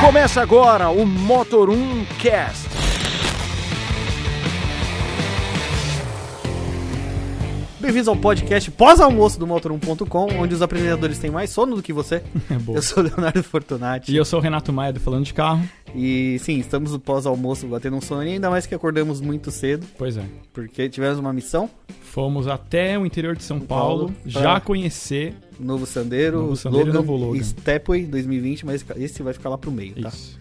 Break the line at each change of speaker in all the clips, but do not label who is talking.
Começa agora o Motor 1 Cast.
Bem-vindos ao podcast pós-almoço do Motor1.com, onde os apresentadores têm mais sono do que você.
É boa.
Eu sou o Leonardo Fortunati.
E eu sou o Renato Maia do Falando de Carro.
E sim, estamos no pós-almoço batendo um sono, e ainda mais que acordamos muito cedo,
Pois é.
porque tivemos uma missão.
Fomos até o interior de São Paulo,
Paulo, pra-
já conhecer.
Novo Sandeiro,
Novo Sandero e
Logan,
novo Logan.
e Stepway 2020, mas esse vai ficar lá pro meio, tá?
Isso.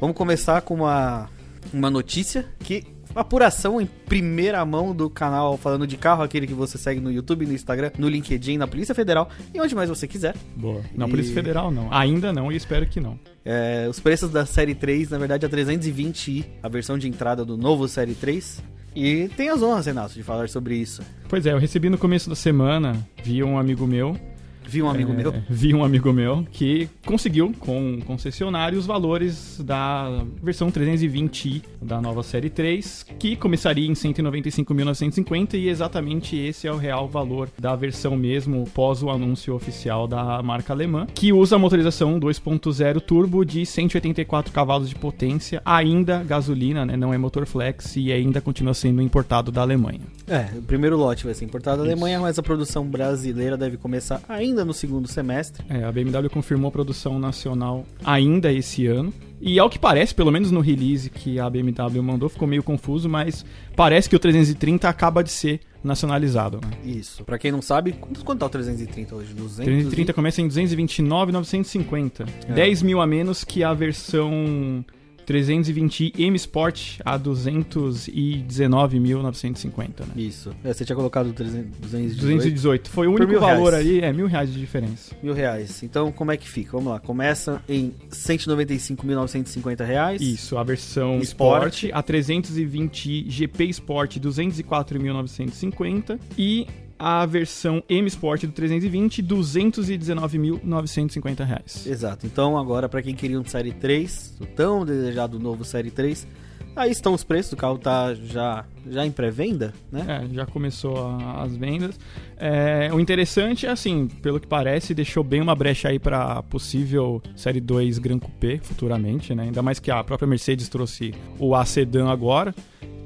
Vamos começar com uma, uma notícia que apuração em primeira mão do canal Falando de Carro, aquele que você segue no YouTube, no Instagram, no LinkedIn, na Polícia Federal e onde mais você quiser.
Boa. Não,
E-
Polícia Federal não. Ainda não e espero que não.
É, os preços da série 3, na verdade, é a 320i, a versão de entrada do novo série 3. E tem as honras, Renato, de falar sobre isso.
Pois é, eu recebi no começo da semana, vi um amigo meu.
Vi um amigo
é,
meu.
Vi um amigo meu que conseguiu, com um concessionário, os valores da versão 320i da nova série 3, que começaria em 195.950 e exatamente esse é o real valor da versão mesmo pós o anúncio oficial da marca alemã, que usa a motorização 2.0 turbo de 184 cavalos de potência, ainda gasolina, né, não é motor flex e ainda continua sendo importado da Alemanha.
É, o primeiro lote vai ser importado da
Isso.
Alemanha, mas a produção brasileira deve começar ainda no segundo semestre.
É, a BMW confirmou a produção nacional ainda esse ano. E ao que parece, pelo menos no release que a BMW mandou, ficou meio confuso, mas parece que o 330 acaba de ser nacionalizado. Né?
Isso. Pra quem não sabe, quanto, quanto tá o 330 hoje? 200?
330 começa em 229,950.
É.
10 mil a menos que a versão 320 M Sport a 219.950, né?
Isso. É, você tinha colocado 300, 218
218. Foi o
Por
único
mil
valor
reais.
ali, é mil reais de diferença.
mil reais. Então, como é que fica? Vamos lá. Começa em 195.950 reais.
Isso, a versão
Sport.
Sport, a 320 GP Sport 204.950 e a versão M Sport do 320 219.950 reais.
Exato. Então, agora, pra quem queria um Série 3, o tão desejado novo Série 3, aí estão os preços. O carro tá já, já em pré-venda, né?
É, já começou a- as vendas. É, o interessante é assim, pelo que parece, deixou bem uma brecha aí para possível série 2 Gran Coupé futuramente, né? Ainda mais que a própria Mercedes trouxe o A Sedan agora.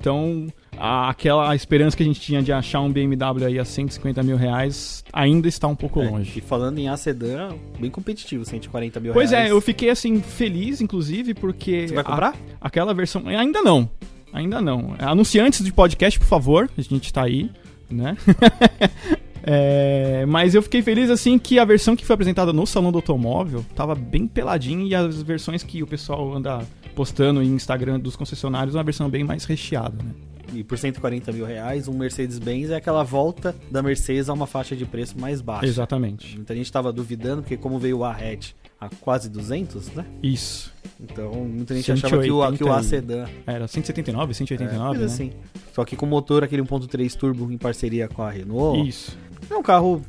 Então, a- aquela esperança que a gente tinha de achar um BMW aí a 150 mil reais ainda está um
É,
pouco longe.
E falando em A sedã, bem competitivo, 140 mil
Pois
reais.
é, eu fiquei assim feliz, inclusive, porque.
Você vai
a-
comprar?
aquela versão. Ainda não. Ainda não. Anunciantes de podcast, por favor. A gente tá aí, né? É, mas eu fiquei feliz assim que a versão que foi apresentada no Salão do Automóvel tava bem peladinha e as versões que o pessoal anda postando em Instagram dos concessionários é uma versão bem mais recheada, né?
E por 140 mil reais, um Mercedes-Benz é aquela volta da Mercedes a uma faixa de preço mais baixa.
Exatamente.
Muita gente tava duvidando, porque como veio o A-Hatch a quase 200, né?
Isso.
Então, muita gente achava que o, que o
180
A
e- um.
sedã
Era 179, 189,
coisa
né?
assim. Só que com motor aquele 1.3 turbo em parceria com a Renault.
Isso.
É um carro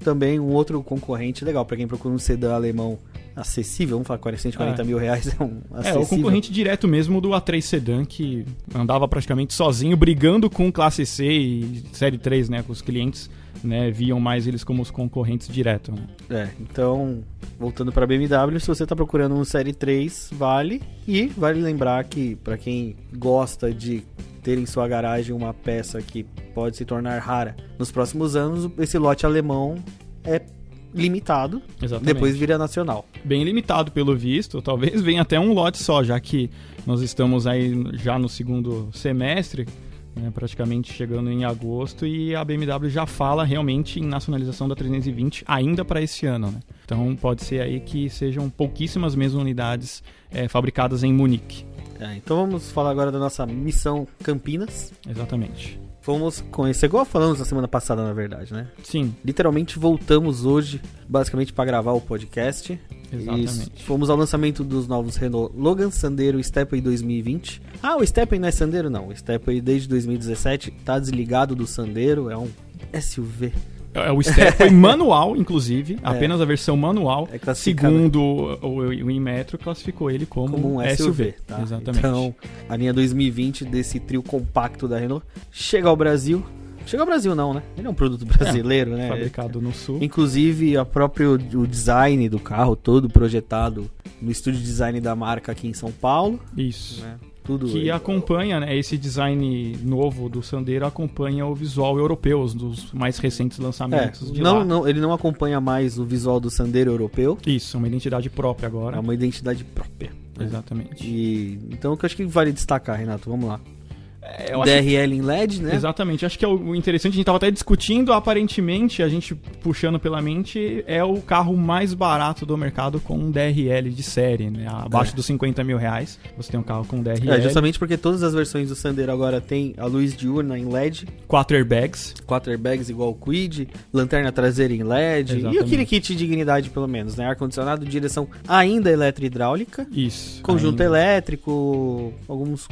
também, um outro concorrente legal pra quem procura um sedã alemão acessível. Vamos falar 40, 140
É.
mil reais é um
É,
acessível.
o concorrente direto mesmo do A3 Sedan, que andava praticamente sozinho, brigando com classe C e série 3, né? Com os clientes, né? Viam mais eles como os concorrentes direto, né?
É, então, voltando pra BMW, se você tá procurando um Série 3, vale. E vale lembrar que pra quem gosta de ter em sua garagem uma peça que pode se tornar rara nos próximos anos, esse lote alemão é limitado,
Exatamente.
depois vira nacional.
Bem limitado pelo visto, talvez venha até um lote só, já que nós estamos aí já no segundo semestre, né, praticamente chegando em agosto, e a BMW já fala realmente em nacionalização da 320 ainda para esse ano, né? Então pode ser aí que sejam pouquíssimas mesmo unidades eh, fabricadas em Munique.
É, então vamos falar agora da nossa missão Campinas.
Exatamente.
Fomos conhecer, igual falamos na semana passada, na verdade, né?
Sim,
Literalmente voltamos hoje, basicamente, pra gravar o podcast.
exatamente.
E fomos ao lançamento dos novos Renault Logan, Sandero e Stepway 2020. Ah, o Stepway não é Sandero, não. O Stepway desde 2017 tá desligado do Sandero, é um SUV.
É o step foi manual, inclusive, apenas a versão manual.
É classificado
Segundo o, o, o Inmetro, classificou ele como,
como um SUV. tá?
Exatamente.
Então, a linha 2020 desse trio compacto da Renault chega ao Brasil. Chegou ao Brasil não, né? Ele é um produto brasileiro, né?
fabricado no sul.
Inclusive, a próprio o design do carro todo projetado no estúdio de design da marca aqui em São Paulo,
Isso.
né? Tudo
Que acompanha, né? Esse design novo do Sandero acompanha o visual europeu, os dos mais recentes
é,
lançamentos de
não,
lá.
não, ele não acompanha mais o visual do Sandero europeu,
Isso, uma identidade própria
é
agora.
uma identidade própria.
Exatamente.
E, então, o que eu acho que vale destacar, Renato, vamos lá.
É, eu acho
DRL em LED, né?
Exatamente. Acho que é o interessante, a gente tava até discutindo, aparentemente, a gente puxando pela mente, é o carro mais barato do mercado com um DRL de série, né? Abaixo
É.
dos 50 mil reais, você tem um carro com DRL,
É, justamente porque todas as versões do Sandero agora tem a luz diurna em LED,
quatro airbags.
quatro airbags igual o Quid, lanterna traseira em LED, e
Exatamente.
aquele kit de dignidade pelo menos, né? Ar-condicionado, direção ainda eletro-hidráulica,
Isso.
conjunto
ainda.
elétrico, alguns,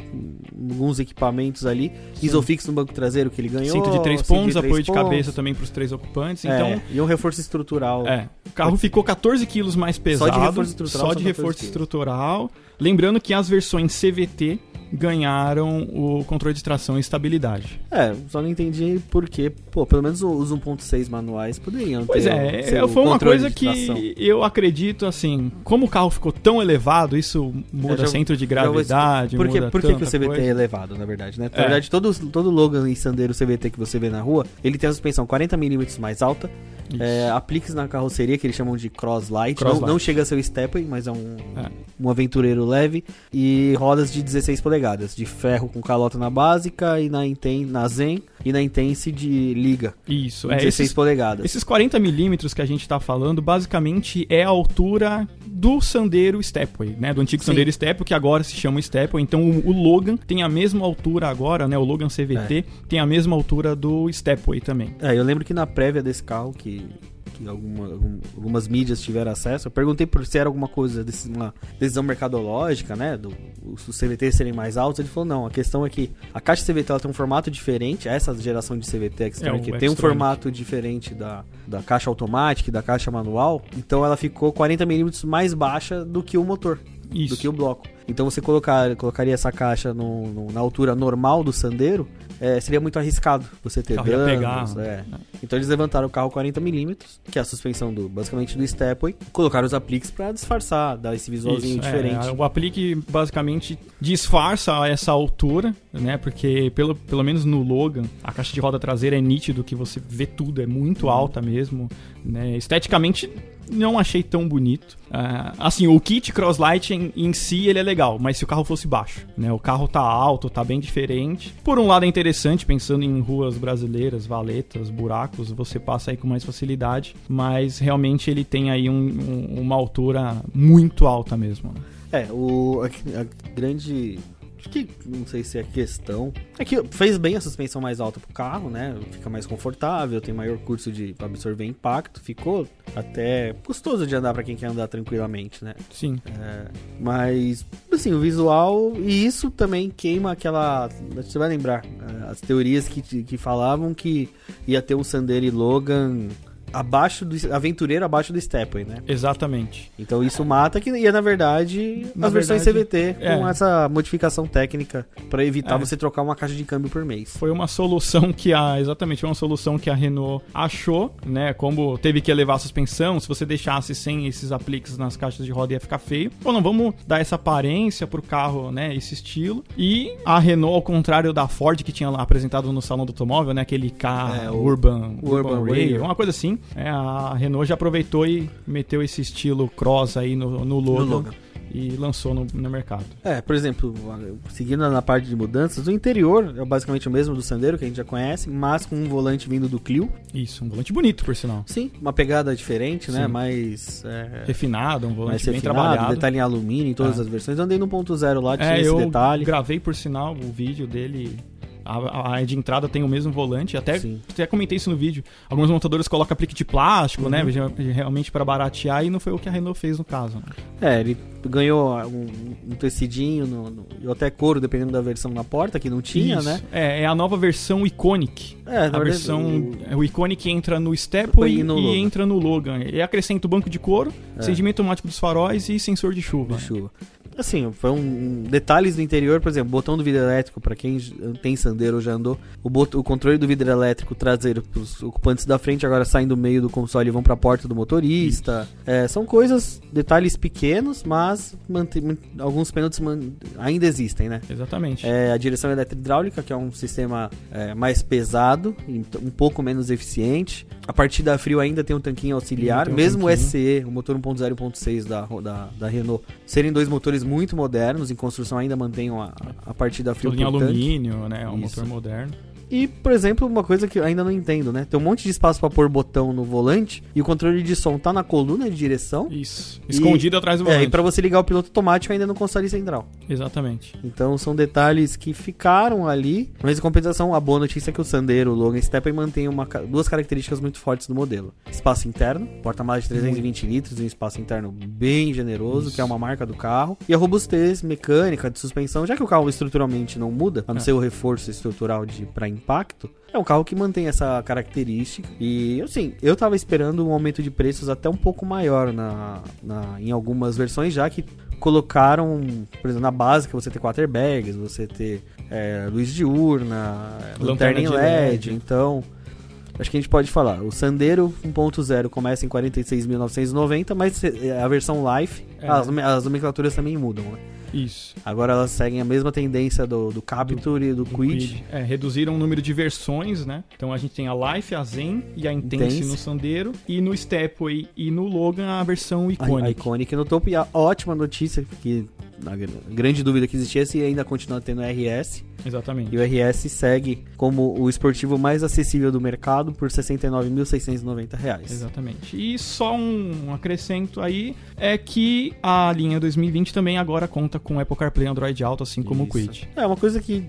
alguns equipamentos ali, Isofix no banco traseiro que ele ganhou.
Cinto de três pontos,
três
apoio de
pontos.
cabeça também para os três ocupantes.
É,
Então,
e um reforço estrutural.
É, o carro ficou 14 quilos mais pesado.
reforço estrutural, só
só
14
de reforço
quilos.
estrutural. Lembrando que as versões CVT ganharam o controle de tração e estabilidade.
É, só não entendi porque, pô, pelo menos os 1.6 manuais poderiam
Pois
ter.
é,
o- seu
foi uma
controle
coisa
de tração.
que eu acredito, assim, como o carro ficou tão elevado, isso muda
já-
centro de
já vou
gravidade,
Por, que,
muda
por que, que o
tanta
CVT é
coisa.
elevado, na verdade, né? Na
É.
verdade, todo, todo Logan e Sandero CVT que você vê na rua, ele tem a suspensão 40mm mais alta,
Isso.
é, apliques na carroceria, que eles chamam de crosslight.
Cross
não, não
light.
chega a ser o Stepway, mas é um,
É.
um aventureiro leve. E rodas de 16 polegadas, de ferro com calota na básica e na, Inten, na Zen e na Intense de liga,
Isso,
com
é,
16
esses,
polegadas.
esses 40 milímetros que a gente tá falando, basicamente é a altura do Sandero Stepway, né? Do antigo
Sim.
Sandero Stepway, que agora se chama Stepway. Então o, o Logan tem a mesma altura agora, né? O Logan CVT tem a mesma altura do Stepway também.
É, eu lembro que na prévia desse carro, que, que alguma- algum- algumas mídias tiveram acesso, eu perguntei por se era alguma coisa, desse, uma decisão mercadológica, né? Do, os os CVTs serem mais altos. Ele falou, não, a questão é que a caixa CVT ela tem um formato diferente, essa geração de CVT Extreme
É, o
que tem um
Xtronic.
formato diferente da, da caixa automática e da caixa manual, então ela ficou 40mm mais baixa do que o motor
Isso.
do que o bloco. Então você colocar, colocaria essa caixa no- no- na altura normal do Sandero, é, seria muito arriscado você ter
O carro ia
danos,
pegar. né?
é. Então eles levantaram o carro 40mm, que é a suspensão do basicamente do Stepway, colocaram os apliques pra disfarçar, dar esse visualzinho
Isso, é,
diferente.
o aplique basicamente disfarça essa altura, né? Porque pelo, pelo menos no Logan, a caixa de roda traseira é nítido que você vê tudo, é muito alta mesmo, né? Esteticamente não achei tão bonito. Ah, assim, o kit Crosslight em, em si ele é legal, mas se o carro fosse baixo, né? O carro tá alto, tá bem diferente. Por um lado é interessante pensando em ruas brasileiras, valetas, buracos, você passa aí com mais facilidade, mas realmente ele tem aí um- um- uma altura muito alta mesmo. né?
É, o, a, a grande. Acho que não sei se é questão. É que fez bem a suspensão mais alta pro carro, né? Fica mais confortável, tem maior curso de pra absorver impacto. Ficou até custoso de andar pra quem quer andar tranquilamente, né?
Sim.
É, mas, assim, o visual. E isso também queima aquela. Você vai lembrar, é, as teorias que, te- que falavam que ia ter um Sandero e Logan abaixo do. Aventureiro abaixo do Stepway, né?
Exatamente.
Então isso mata que ia, na verdade,
Na
as versões
verdade,
CVT com
é.
essa modificação técnica pra evitar
É.
você trocar uma caixa de câmbio por mês.
Foi uma solução que a. Exatamente, foi uma solução que a Renault achou, né? Como teve que elevar a suspensão, se você deixasse sem esses apliques nas caixas de roda ia ficar feio. Ou não, vamos dar essa aparência pro carro, né? Esse estilo. E a Renault, ao contrário da Ford que tinha lá apresentado no salão do automóvel, né? Aquele carro
É, o-
Urban,
o Urban
Rail,
Rail.
uma coisa assim. É, a Renault já aproveitou e meteu esse estilo cross aí no, no Logan,
Logan.
e lançou no, no mercado.
É, por exemplo, seguindo na parte de mudanças, o interior é basicamente o mesmo do Sandero, que a gente já conhece, mas com um volante vindo do Clio.
Isso, um volante bonito, por sinal.
Sim, uma pegada diferente, né?
Sim.
Mais, é,
Refinado, um
mais
volante bem
refinado,
trabalhado.
detalhe em alumínio em todas
É.
as versões. Eu andei no 1.0 lá, tinha
É,
esse
eu
detalhe.
gravei por sinal o vídeo dele. A, a- a de entrada tem o mesmo volante, até,
Sim.
até comentei isso no vídeo. Alguns montadores colocam aplique de plástico, né?
Uhum.
ge- Realmente pra baratear, e não foi o que a Renault fez no caso. né?
É, ele ganhou um, um tecidinho, no, no- ou até couro, dependendo da versão na porta, que não tinha,
Isso.
né?
É, é a nova versão Iconic.
É, na
a
verdade,
versão.
o-
é, O... Iconic entra no Stepway
E
e,
no Logan.
entra no Logan. E acrescenta o banco de couro,
É.
sedimento automático dos faróis e sensor de chuva.
de chuva. Assim, foi um, um- detalhes do interior, por exemplo, botão do vidro elétrico, pra quem j- tem Sandero ou já andou, o, bot- o controle do vidro elétrico traseiro pros ocupantes da frente agora saem do meio do console e vão pra porta do motorista. É, são coisas, detalhes pequenos, mas mantém- man- alguns pênaltis man- ainda existem, né?
Exatamente.
É, a direção eletro-hidráulica, que é um sistema é, mais pesado, e um pouco menos eficiente. A partida a frio ainda tem um tanquinho auxiliar,
Tem um
mesmo o
tanquinho.
SE, o motor 1.0 e 1.6 da, Ro- da, da Renault, serem dois motores muito modernos, em construção ainda mantenham a, a partida a frio
Tudo em
por tanque.
alumínio, né? É um
Isso.
motor moderno.
E, por exemplo, uma coisa que eu ainda não entendo, né? Tem um monte de espaço pra pôr botão no volante e o controle de som tá na coluna de direção.
Isso. Escondido atrás do
É,
volante.
e pra você ligar o piloto automático ainda no console central.
Exatamente.
Então são detalhes que ficaram ali, mas em compensação, a boa notícia é que o Sandero, o Logan e Steppen mantêm uma ca- duas características muito fortes do modelo. Espaço interno, porta-malas de 320 litros, um espaço interno bem generoso,
Isso.
que é uma marca do carro, e a robustez mecânica de suspensão, já que o carro estruturalmente não muda, a não
É.
ser o reforço estrutural de para impacto, é um carro que mantém essa característica. E assim, eu tava esperando um aumento de preços até um pouco maior na, na- em algumas versões, já que colocaram, por exemplo, na básica você ter quatro airbags, você ter é, luz diurna, é, lanterna
Lanterna
em
de
LED,
LED.
então. Acho que a gente pode falar. O Sandero 1.0 começa em 46.990, mas eh, a versão Life,
É.
as, nome- as nomenclaturas também mudam, né?
Isso.
Agora elas seguem a mesma tendência do, do Capture e do
Um
Quid.
É, reduziram o número de versões, né? Então a gente tem a Life, a Zen e a Intense,
Intense.
no Sandero. E no Stepway e no Logan a versão
A-
Iconic.
A Iconic no topo. E a ótima notícia, que a gr- grande dúvida que existia é se ainda continua tendo RS.
Exatamente.
E o RS segue como o esportivo mais acessível do mercado por R$ 69.690. reais.
Exatamente. E só um acrescento aí é que a linha 2020 também agora conta com Apple CarPlay e Android Auto, assim como o
Isso.
Quid.
É uma coisa que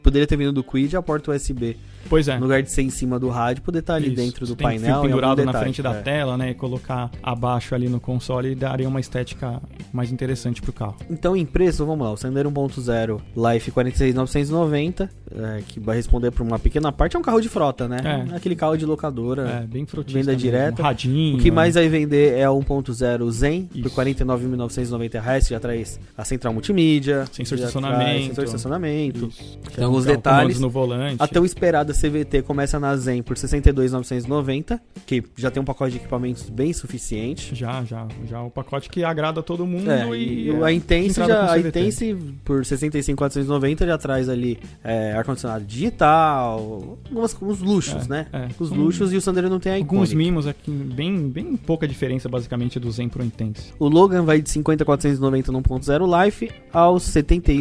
poderia ter vindo do Quid, a porta USB.
Pois é.
No lugar de ser em cima do rádio, poder estar ali
Isso.
dentro do
Tem fio
painel. em algum
pendurado na
detalhe.
frente da
É.
tela, né? E colocar abaixo ali no console e daria uma estética mais interessante pro carro.
Então, em preço, vamos lá, o Sandero 1.0 Life 46.990, é, que vai responder por uma pequena parte, é um carro de frota, né?
É.
Aquele carro de locadora.
É, bem frutista.
Venda
mesmo.
direta.
Radinho.
O que
né?
mais vai vender é o 1.0 Zen, por
Isso.
49.990 reais, que já traz a central multimídia,
Sensor de
já traz
estacionamento.
sensor de estacionamento,
Isso.
tem alguns
Então,
detalhes.
comandos no volante.
Até o esperado CVT começa na Zen por 62.990, que já tem um pacote de equipamentos bem suficiente.
Já, já. Já o pacote que agrada todo mundo
É,
e...
e o- a Intense,
Hum, entrada
já,
com
a
CVT.
Intense por 65,490 já traz ali é, ar-condicionado digital, algumas, alguns luxos,
É,
né?
é.
Os
Um-
luxos e o Sandero não tem a
Alguns
Iconic.
mimos aqui, bem, bem pouca diferença basicamente do Zen pro Intense.
O Logan vai de 50,490 no 1.0 Life aos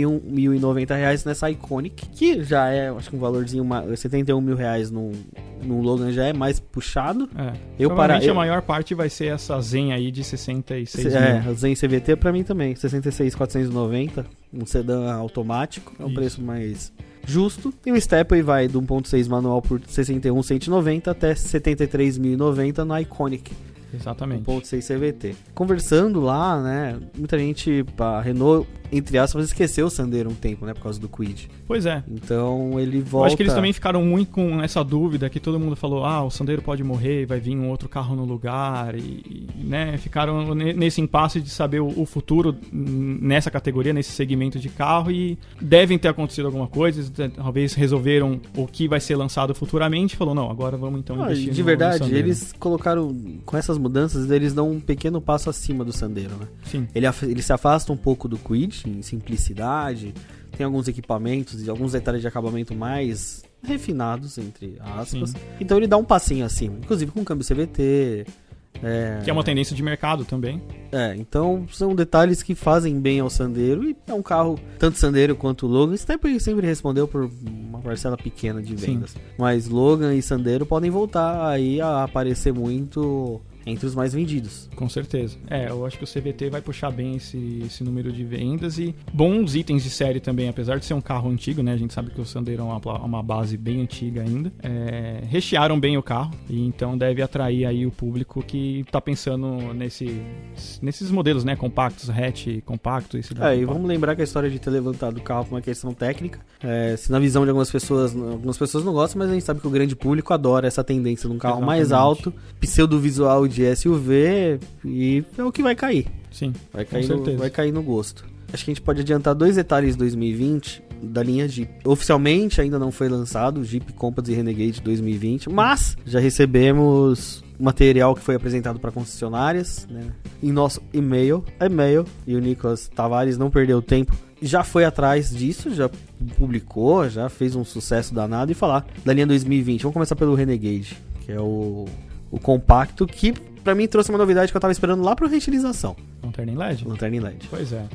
71.090 reais nessa Iconic, que já é, acho que um valorzinho, ma- 71 mil reais num, num Logan já é mais puxado.
É.
Eu
Provavelmente
para- eu-
a maior parte vai ser essa Zen aí de 66
é,
mil.
a Zen CVT pra mim também, 66,490, um sedã automático, é um
Isso.
preço mais justo. E o Stepway vai do 1.6 manual por 61,190 até 73.090 na Iconic,
Exatamente.
1.6 CVT. Conversando lá, né, muita gente, a Renault, entre aspas, esqueceu o Sandero um tempo, né, por causa do Quid.
Pois é.
Então ele
Eu
volta...
acho que eles também ficaram muito com essa dúvida que todo mundo falou: ah, o Sandero pode morrer, vai vir um outro carro no lugar, e, e, né? Ficaram ne- nesse impasse de saber o, o futuro n- nessa categoria, nesse segmento de carro, e devem ter acontecido alguma coisa, t- talvez resolveram o que vai ser lançado futuramente, e falou: não, agora vamos então
Ah,
investir
de
no- no
verdade,
Sandero."
eles colocaram, com essas mudanças, eles dão um pequeno passo acima do Sandero, né?
Sim,
Ele, af- ele se afasta um pouco do Quid em simplicidade, tem alguns equipamentos e alguns detalhes de acabamento mais refinados, entre aspas.
Sim.
Então ele dá um passinho acima, inclusive com câmbio CVT. É,
que é uma tendência de mercado também.
é, então são detalhes que fazem bem ao Sandero e é um carro, tanto Sandero quanto Logan, sempre, sempre respondeu por uma parcela pequena de
Sim.
vendas. Mas Logan e Sandero podem voltar aí a aparecer muito entre os mais vendidos.
Com certeza. É, eu acho que o CVT vai puxar bem esse, esse número de vendas e bons itens de série também, apesar de ser um carro antigo, né? A gente sabe que o Sandero é uma, pla- uma base bem antiga ainda. É, rechearam bem o carro e então deve atrair aí o público que tá pensando nesse, nesses modelos, né? Compactos, hatch compacto, esse
É, e vamos lembrar que a história de ter levantado o carro por uma questão técnica, é, se na visão de algumas pessoas, algumas pessoas não gostam, mas a gente sabe que o grande público adora essa tendência de um carro mais
Exatamente.
alto, pseudo visual de SUV, e é o que vai cair.
Sim,
Vai
Com
cair, no,
certeza.
vai cair no gosto. acho que a gente pode adiantar dois detalhes de 2020 da linha Jeep. Oficialmente ainda não foi lançado o Jeep Compass e Renegade 2020, mas já recebemos material que foi apresentado para concessionárias, né? Em nosso e-mail, e-mail, e o Nicolas Tavares não perdeu tempo, já foi atrás disso, já publicou, já fez um sucesso danado e falar da linha 2020. Vamos começar pelo Renegade, que é o, o compacto que para mim trouxe uma novidade que eu tava esperando lá para reutilização,
Lanterna em LED?
lanterna em LED.
Pois é.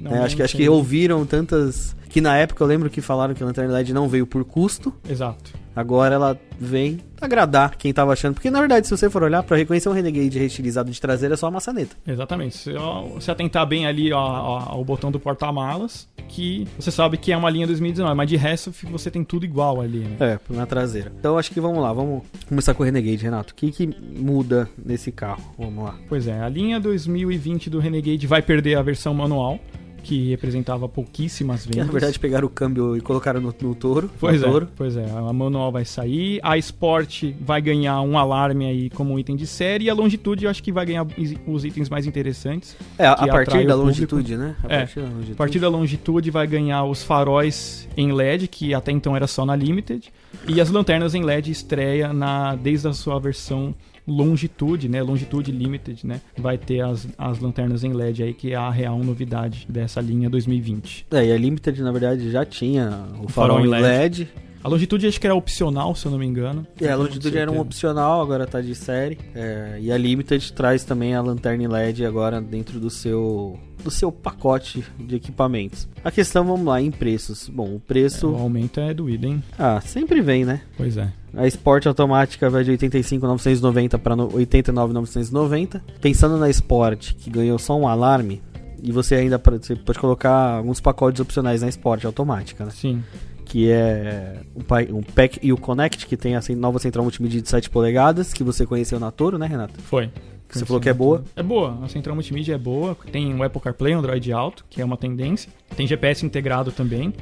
Não,
Né,
não
acho, que, acho que
tem-
ouviram tantas. Que na época eu lembro que falaram que a Lanterna LED não veio por custo.
Exato.
Agora ela vem agradar quem tava achando. Porque na verdade, se você for olhar, pra reconhecer um Renegade reutilizado de traseira é só a maçaneta.
Exatamente. Se ó, se atentar bem ali ó, ó, ao botão do porta-malas, que você sabe que é uma linha 2019, mas de resto fi- você tem tudo igual ali, né?
É, na traseira. Então acho que vamos lá, vamos começar com o Renegade, Renato. O que, que muda nesse carro? Vamos lá.
Pois é, a linha 2020 do Renegade vai perder a versão manual, que representava pouquíssimas
Que,
vendas.
na verdade pegaram o câmbio e colocaram no, no touro.
Pois
no
é,
touro.
pois é, a manual vai sair, a Sport vai ganhar um alarme aí como item de série, e a Longitude eu acho que vai ganhar is- os itens mais interessantes.
É, a, a
Que atrai
partir
o
da
público.
longitude, né? A
É,
partir da longitude.
A partir da Longitude vai ganhar os faróis em LED, que até então era só na Limited, e as lanternas em LED estreia na desde a sua versão Longitude, né? Longitude Limited, né? Vai ter as, as lanternas em LED aí, que é a real novidade dessa linha 2020.
É, e a Limited, na verdade, já tinha o farol,
farol em
em LED.
A Longitude acho que era opcional, se eu não me engano.
É, a
Não
longitude
tenho
era um
certeza.
opcional, agora tá de série. É, e a Limited traz também a lanterna em LED agora dentro do seu do seu pacote de equipamentos. A questão, vamos lá, em preços. Bom, o
O
preço.
aumento é doído, hein?
Ah, sempre vem, né?
Pois é.
A Sport automática vai de 85.990 para 89.990. Pensando na Sport, que ganhou só um alarme, e você ainda pode, você pode colocar alguns pacotes opcionais na Sport automática, né?
Sim.
que é um, pai- um pack e o Connect, que tem a cen- nova central multimídia de 7 polegadas, que você conheceu na Toro, né, Renato?
Foi.
Que você falou que é boa.
É boa. A central multimídia é boa. Tem o Apple CarPlay, Android Auto, que é uma tendência. Tem GPS integrado também.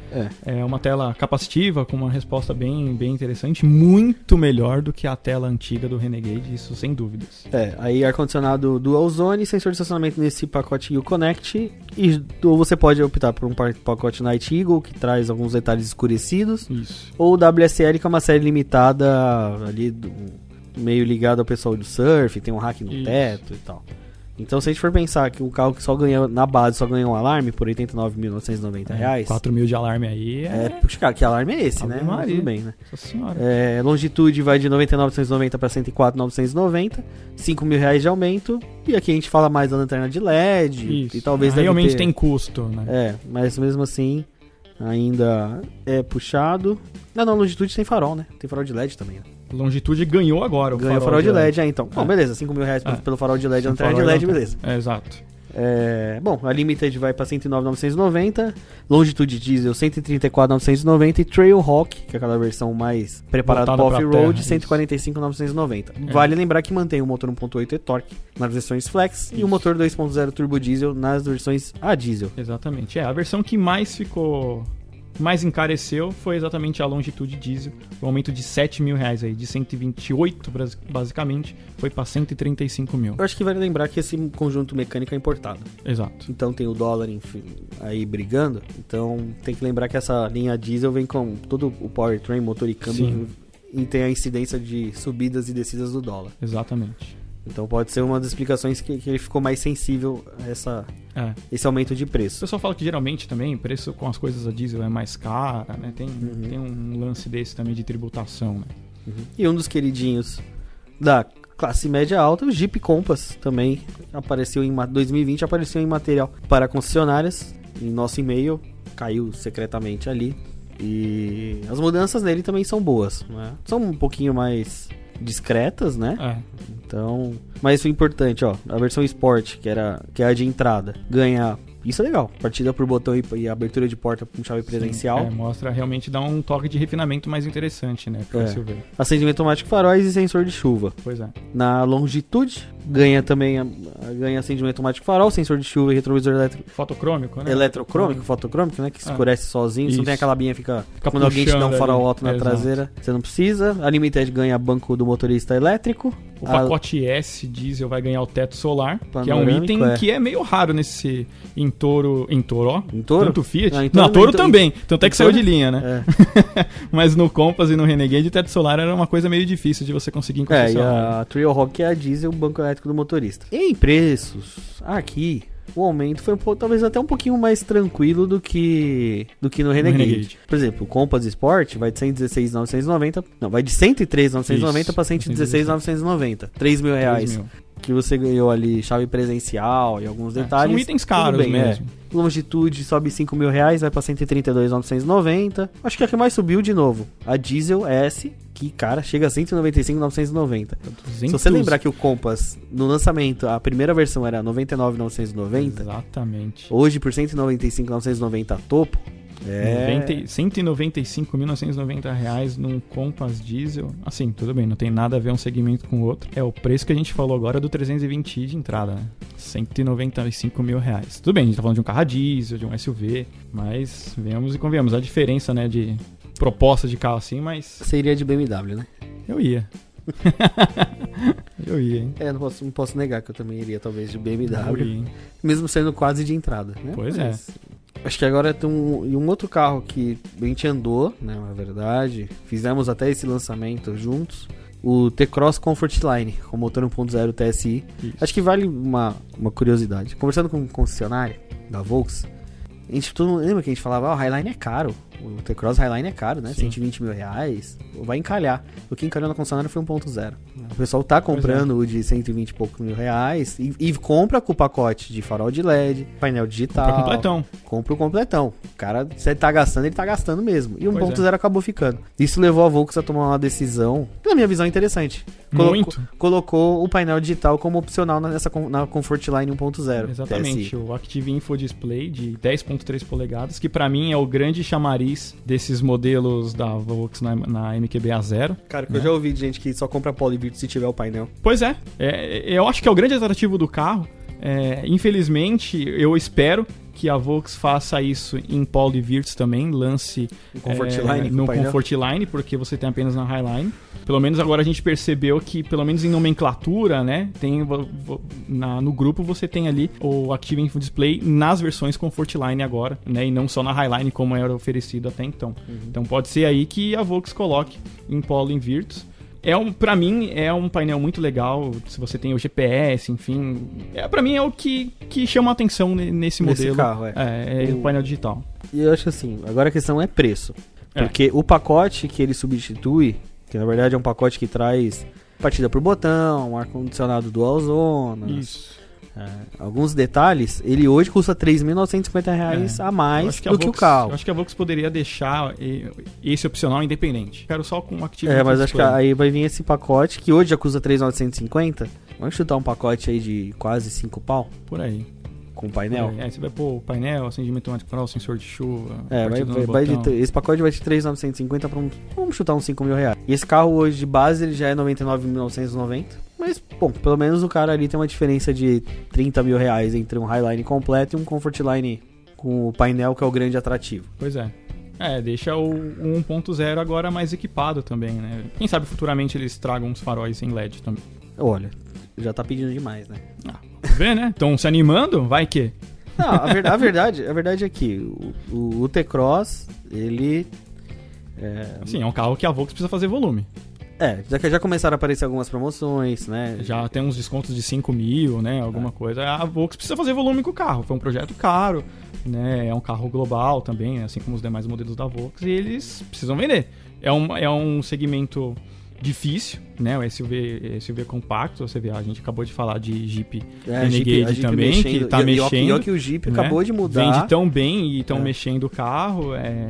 É uma tela capacitiva com uma resposta bem, bem interessante. Muito melhor do que a tela antiga do Renegade, isso sem dúvidas.
É, aí ar-condicionado dual zone, sensor de estacionamento nesse pacote e o Connect, e ou você pode optar por um pa- pacote Night Eagle, que traz alguns detalhes escurecidos,
Isso.
ou o WSL, que é uma série limitada ali, do- meio ligada ao pessoal do surf, tem um hack no
Isso.
teto e tal. Então, se a gente for pensar que o carro que só ganhou, na base, só ganhou um alarme por R$ 89.990, reais,
4 É, mil de alarme aí é.
É, puxa, cara, que alarme é esse,
Ave
né?
Maria.
Tudo bem, né?
Nossa senhora.
É, longitude vai de 99,990 para 104,990, 5 mil reais de aumento, e aqui a gente fala mais da lanterna de LED, É.
Isso. Ah,
e talvez deve
Realmente
ter-
tem custo, né?
É, mas mesmo assim, ainda é puxado. Ah, não, longitude tem farol, né? Tem farol de LED também. Né?
Longitude ganhou agora o
Ganha farol, de LED, ah, então. Bom,
É.
beleza, 5 mil reais pelo-
É.
pelo farol de LED,
Sim,
lanterna de
farol e
LED,
lanterna.
beleza.
É, exato.
É, bom, a Limited vai para 109,990, Longitude Diesel 134,990 e Trailhawk, que é aquela versão mais preparada para
Voltada pra
off-road,
terra,
145,990.
É.
Vale lembrar que mantém o motor 1.8 e torque nas versões flex e
Isso.
o motor 2.0 turbo diesel nas versões a diesel.
Exatamente. É, a versão que mais ficou. mais encareceu foi exatamente a longitude diesel. O aumento de 7 mil reais aí, de 128 bras- basicamente, foi pra 135 mil.
Eu acho que vale lembrar que esse conjunto mecânico é importado.
Exato.
Então tem o dólar enfim, aí brigando. Então tem que lembrar que essa linha diesel vem com todo o powertrain, motor e câmbio
Sim.
e tem a incidência de subidas e descidas do dólar.
Exatamente.
Então pode ser uma das explicações que, que ele ficou mais sensível a essa,
É.
esse aumento de
O
preço.
pessoal fala que geralmente também o preço com as coisas a diesel é mais cara, né? Tem, tem um lance desse também de tributação, né?
E um dos queridinhos da classe média alta, o Jeep Compass, também apareceu em ma- 2020, apareceu em material para concessionárias, em nosso e-mail, caiu secretamente ali. E as mudanças nele também são boas, né? São um pouquinho mais discretas, né?
É.
Então, mas o importante, ó, a versão Sport, que era que é a de entrada, ganha isso é legal. Partida por botão e, e abertura de porta com chave presencial.
Sim, é, mostra realmente dá um toque de refinamento mais interessante, né? Pro
É.
SUV.
Acendimento automático, faróis e sensor de chuva.
Pois é.
Na longitude, ganha também a- a- ganha acendimento automático, farol, sensor de chuva e retrovisor eletro-
Fotocrômico,
é
né?
eletrocrômico, fotocrômico, né? Que
Ah.
escurece sozinho. Você
Isso.
não tem aquela abinha que fica.
Fica
quando alguém te dá um
puxando
farol
ali.
alto na
Exato.
é traseira, você não precisa. A Limited ganha banco do motorista elétrico.
O
A-
pacote S diesel vai ganhar o teto solar, que é um
Panorâmico,
item
é.
que é meio raro nesse em touro, em touro, ó.
Em Toro?
Tanto Fiat.
Ah, em Toro
não,
não,
touro
em Toro-
também. Tanto é que
em
saiu de
Toro?
linha, né?
É.
Mas no Compass e no Renegade, o teto solar era uma coisa meio difícil de você conseguir em
É, e
concessionária.
a Trio Rock é a diesel, o banco elétrico do motorista. Em preços, aqui, o aumento foi um pouco, talvez até um pouquinho mais tranquilo do que, do que no Renegade.
Renegade.
Por exemplo, o Compass Sport vai de 116,990, não, vai de 103,990
Isso,
para 116,990. 3 mil reais.
3 mil.
Que você ganhou ali chave presencial e alguns
É,
detalhes.
São itens
tudo
caros
bem, é.
mesmo.
Longitude sobe 5 mil reais, vai pra 132,990. Acho que é a que mais subiu de novo. A Diesel S, que, cara, chega a 195,990. Se você lembrar que o Compass, no lançamento, a primeira versão era 99,990.
Exatamente.
Hoje, por 195,990 topo. É.
90 195.990 reais num Compass diesel. Assim, tudo bem, não tem nada a ver um segmento com o outro. É o preço que a gente falou agora do 320i de entrada, né? 195 mil reais. Tudo bem, a gente tá falando de um carro a diesel, de um SUV, mas venhamos e convenhamos. A diferença, né, de proposta de carro assim, mas
Seria de BMW, né?
eu ia. eu ia, hein?
É, não posso, não posso negar que eu também iria, talvez, de BMW.
Eu ia, hein?
Mesmo sendo quase de entrada, né?
Pois
é. Acho que agora tem um, e um outro carro que a gente andou, né, na verdade. Fizemos até esse lançamento juntos. O T-Cross Comfort Line, com motor 1.0 TSI.
Isso.
Acho que vale uma, uma curiosidade. Conversando com um concessionário da Volks, a gente todo mundo lembra que a gente falava, ah, o Highline é caro. O T-Cross Highline é caro, né?
Sim.
120 mil reais. Vai encalhar. O que encalhou na concessionária foi 1.0. O pessoal tá
Pois é.
comprando o de 120 e poucos mil reais e, e compra com o pacote de farol de LED, painel digital.
Pra completão.
Compra o completão. O cara, se ele tá gastando, ele tá gastando mesmo. E 1.0
Pois é.
acabou ficando. Isso levou a Volks a tomar uma decisão, que na minha visão é interessante. Colocou-
Muito.
Colocou o painel digital como opcional na- nessa, com- na Comfort Line 1.0.
Exatamente,
TSI.
o Active Info Display de 10.3 polegadas, que pra mim é o grande chamariz desses modelos da Vox na, na MQB-A0.
Cara, que eu já ouvi de gente que só compra Polyvirtual se tiver o painel.
Pois é, é, eu acho que é o grande atrativo do carro. É, infelizmente, eu espero que a Vox faça isso em Polyvirts também, lance
O Um Comfort
é,
Line com
no
o painel.
Comfort Line, porque você tem apenas na Highline. Pelo menos agora a gente percebeu que, pelo menos em nomenclatura, né? Tem, vo- vo- na- no grupo você tem ali o Active Info Display nas versões Comfort Line agora, né? E não só na Highline como era oferecido até então.
Uhum.
Então pode ser aí que a Vox coloque em Polo Invirtus. É um, para mim é um painel muito legal. Se você tem o GPS, enfim, é para mim é o que, que chama a atenção ne- nesse modelo.
Nesse carro, é.
É, é o
O-
painel digital.
E eu acho assim, agora a questão é preço.
É.
Porque o pacote que ele substitui, que na verdade é um pacote que traz partida por botão, um ar-condicionado dual zona,
Isso.
é, alguns detalhes, ele hoje custa R$ 3.950 reais
É.
a
Eu
mais
acho que a
do que o
Vox- Eu
carro.
acho que a Vox poderia deixar e- esse opcional independente. Quero só com o Active
É, mas
Display.
acho que aí vai vir esse pacote, que hoje já custa 3.950. Vamos chutar um pacote aí de quase 5 pau
Por aí.
com painel.
Por aí. É, você vai pôr o painel, acendimento automático farol, sensor de chuva.
É, vai,
partida
vai,
no
vai de,
botão.
tre- esse pacote vai de 3,950 pra um. Vamos chutar uns 5 mil reais. E esse carro hoje de base ele já é 99.990. Mas, bom, pelo menos o cara ali tem uma diferença de 30 mil reais entre um Highline completo e um Comfortline com o painel, que é o grande atrativo.
Pois é. É, deixa o 1.0 agora mais equipado também, né? Quem sabe futuramente eles tragam uns faróis em LED também.
Olha, já tá pedindo demais, né?
Vê, né? Estão se animando? Vai que.
Não, a, ver- a verdade, a verdade é que o, o, o T-Cross, ele. É,
Assim, é um carro que a Vox precisa fazer volume.
é, já que já começaram a aparecer algumas promoções, né?
Já tem uns descontos de 5 mil, né? Alguma coisa. A Vox precisa fazer volume com o carro. Foi um projeto caro, né? É um carro global também, né, assim como os demais modelos da Vox. E eles precisam vender. É um, é um segmento difícil, né? O SUV, SUV compacto. Você vê, a gente acabou de falar de Jeep
É,
Renegade também, que tá
e- e ó- E, ó
mexendo,
que o Jeep
né?
acabou de mudar.
vende tão bem e estão
É.
mexendo o carro, é,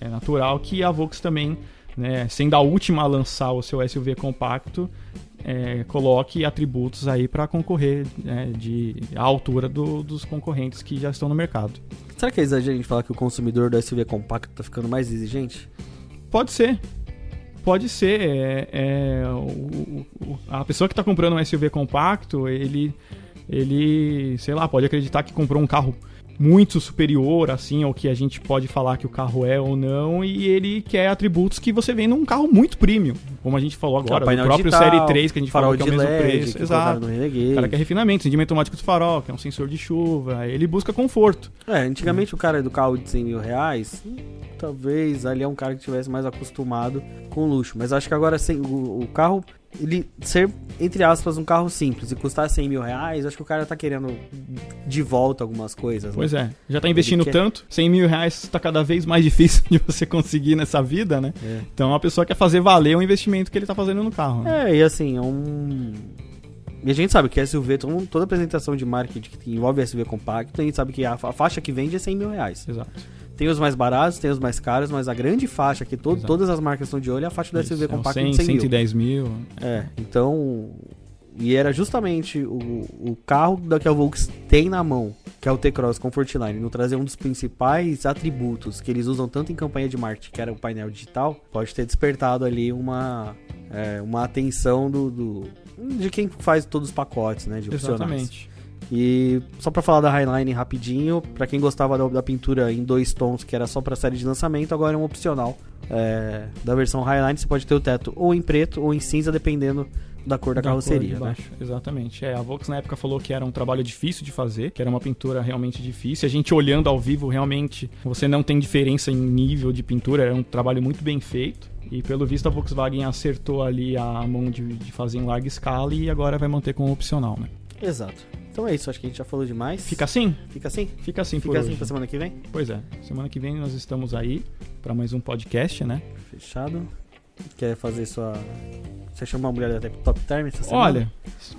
é natural que a Vox também, né, sendo a última a lançar o seu SUV compacto, é, coloque atributos aí para concorrer né, de à altura do- dos concorrentes que já estão no mercado.
Será que é exagero a gente falar que o consumidor do SUV compacto tá ficando mais exigente?
Pode ser. Pode ser. é- é, o- o- o- a pessoa que tá está comprando um SUV compacto, ele, ele, sei lá, pode acreditar que comprou um carro muito superior, assim, ao que a gente pode falar que o carro é ou não, e ele quer atributos que você vê num carro muito premium, como a gente falou
Que é o
agora, do
painel
próprio
digital,
Série 3, que a gente falou
farol
que é o
de
mesmo
LED,
preço.
que colocaram
Exato.
no
O
Renegade.
cara quer refinamento, rendimento automático do farol, que é um sensor de chuva, ele busca conforto.
É, antigamente o cara do carro de 100 mil reais, hum, talvez ali é um cara que tivesse mais acostumado com luxo. Mas acho que agora sem, o, o carro, ele ser, entre aspas, um carro simples e custar 100 mil reais, acho que o cara tá querendo de volta algumas coisas. né?
Pois é, já tá investindo
quer-
tanto, 100 mil reais tá cada vez mais difícil de você conseguir nessa vida, né?
É.
Então a pessoa quer fazer valer o investimento que ele tá fazendo no carro. né?
É, e assim, é um. E a gente sabe que SUV, todo mundo- toda apresentação de marketing que envolve SUV compacto, a gente sabe que a, fa- a faixa que vende é 100 mil reais.
Exato.
Tem os mais baratos, tem os mais caros, mas a grande faixa que to-
Exato.
todas as marcas estão de olho é a faixa do SUV
Isso, é um
compacto
100,
de 100 mil.
110 mil.
É, então. E era justamente o, o carro da que a Volks tem na mão, que é o T-Cross Comfortline, no trazer um dos principais atributos que eles usam tanto em campanha de marketing, que era o painel digital, pode ter despertado ali uma, é, uma atenção do, do- de quem faz todos os pacotes, né, de opcionais.
Exatamente.
E só pra falar da Highline rapidinho, pra quem gostava da, da pintura em dois tons, que era só pra série de lançamento, agora é um opcional é, da versão Highline. Você pode ter o teto ou em preto ou em cinza, dependendo da cor da,
Da
carroceria.
cor de
né?
baixo, Exatamente. É, a Vox na época falou que era um trabalho difícil de fazer, que era uma pintura realmente difícil. A gente olhando ao vivo, realmente, você não tem diferença em nível de pintura, era um trabalho muito bem feito. E pelo visto a Volkswagen acertou ali a mão de, de fazer em larga escala e agora vai manter como opcional, né?
Exato. Então é isso, acho que a gente já falou demais.
Fica assim?
Fica assim?
Fica assim por
Fica assim
hoje.
pra semana que vem?
Pois é. Semana que vem nós estamos aí para mais um podcast, né?
Fechado. Quer fazer sua. Você chamou a mulher da Top Term essa semana?
Olha,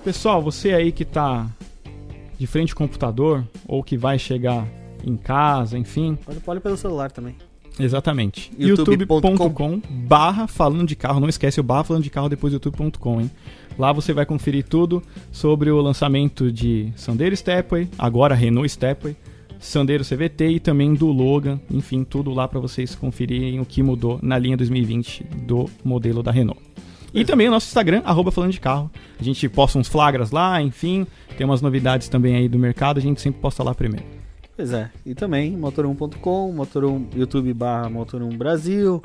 pessoal, você aí que tá de frente ao computador ou que vai chegar em casa, enfim,
Olha, olha pelo celular também.
Exatamente.
youtube.com.
youtube.com barra falando de carro. Não esquece o barra falando de carro depois youtube.com, hein? Lá você vai conferir tudo sobre o lançamento de Sandero Stepway, agora Renault Stepway, Sandero CVT e também do Logan. Enfim, tudo lá para vocês conferirem o que mudou na linha 2020 do modelo da Renault. E também o nosso Instagram, arroba falando de carro. A gente posta uns flagras lá, enfim. Tem umas novidades também aí do mercado, a gente sempre posta lá primeiro.
Pois é, e também motor1.com, motor1 YouTube barra motor1 Brasil,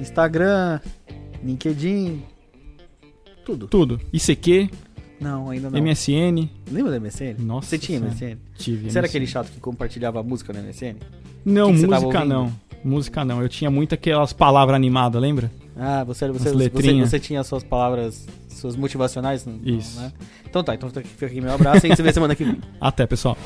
Instagram, LinkedIn, tudo.
Tudo. ICQ,
Não, ainda não.
MSN.
Lembra da MSN?
Nossa
Você tinha
Senhora.
MSN?
Tive.
Você era
MSN.
aquele chato que compartilhava música na MSN?
Não,
que que você tava
música
ouvindo?
não. Música não. Eu tinha muito aquelas palavras animadas, lembra?
Ah, você, era- você,
As
você,
letrinhas.
você tinha suas palavras, suas motivacionais? Não,
Isso.
Né? Então tá, então fica aqui meu abraço e a gente se vê semana que vem.
Até, pessoal.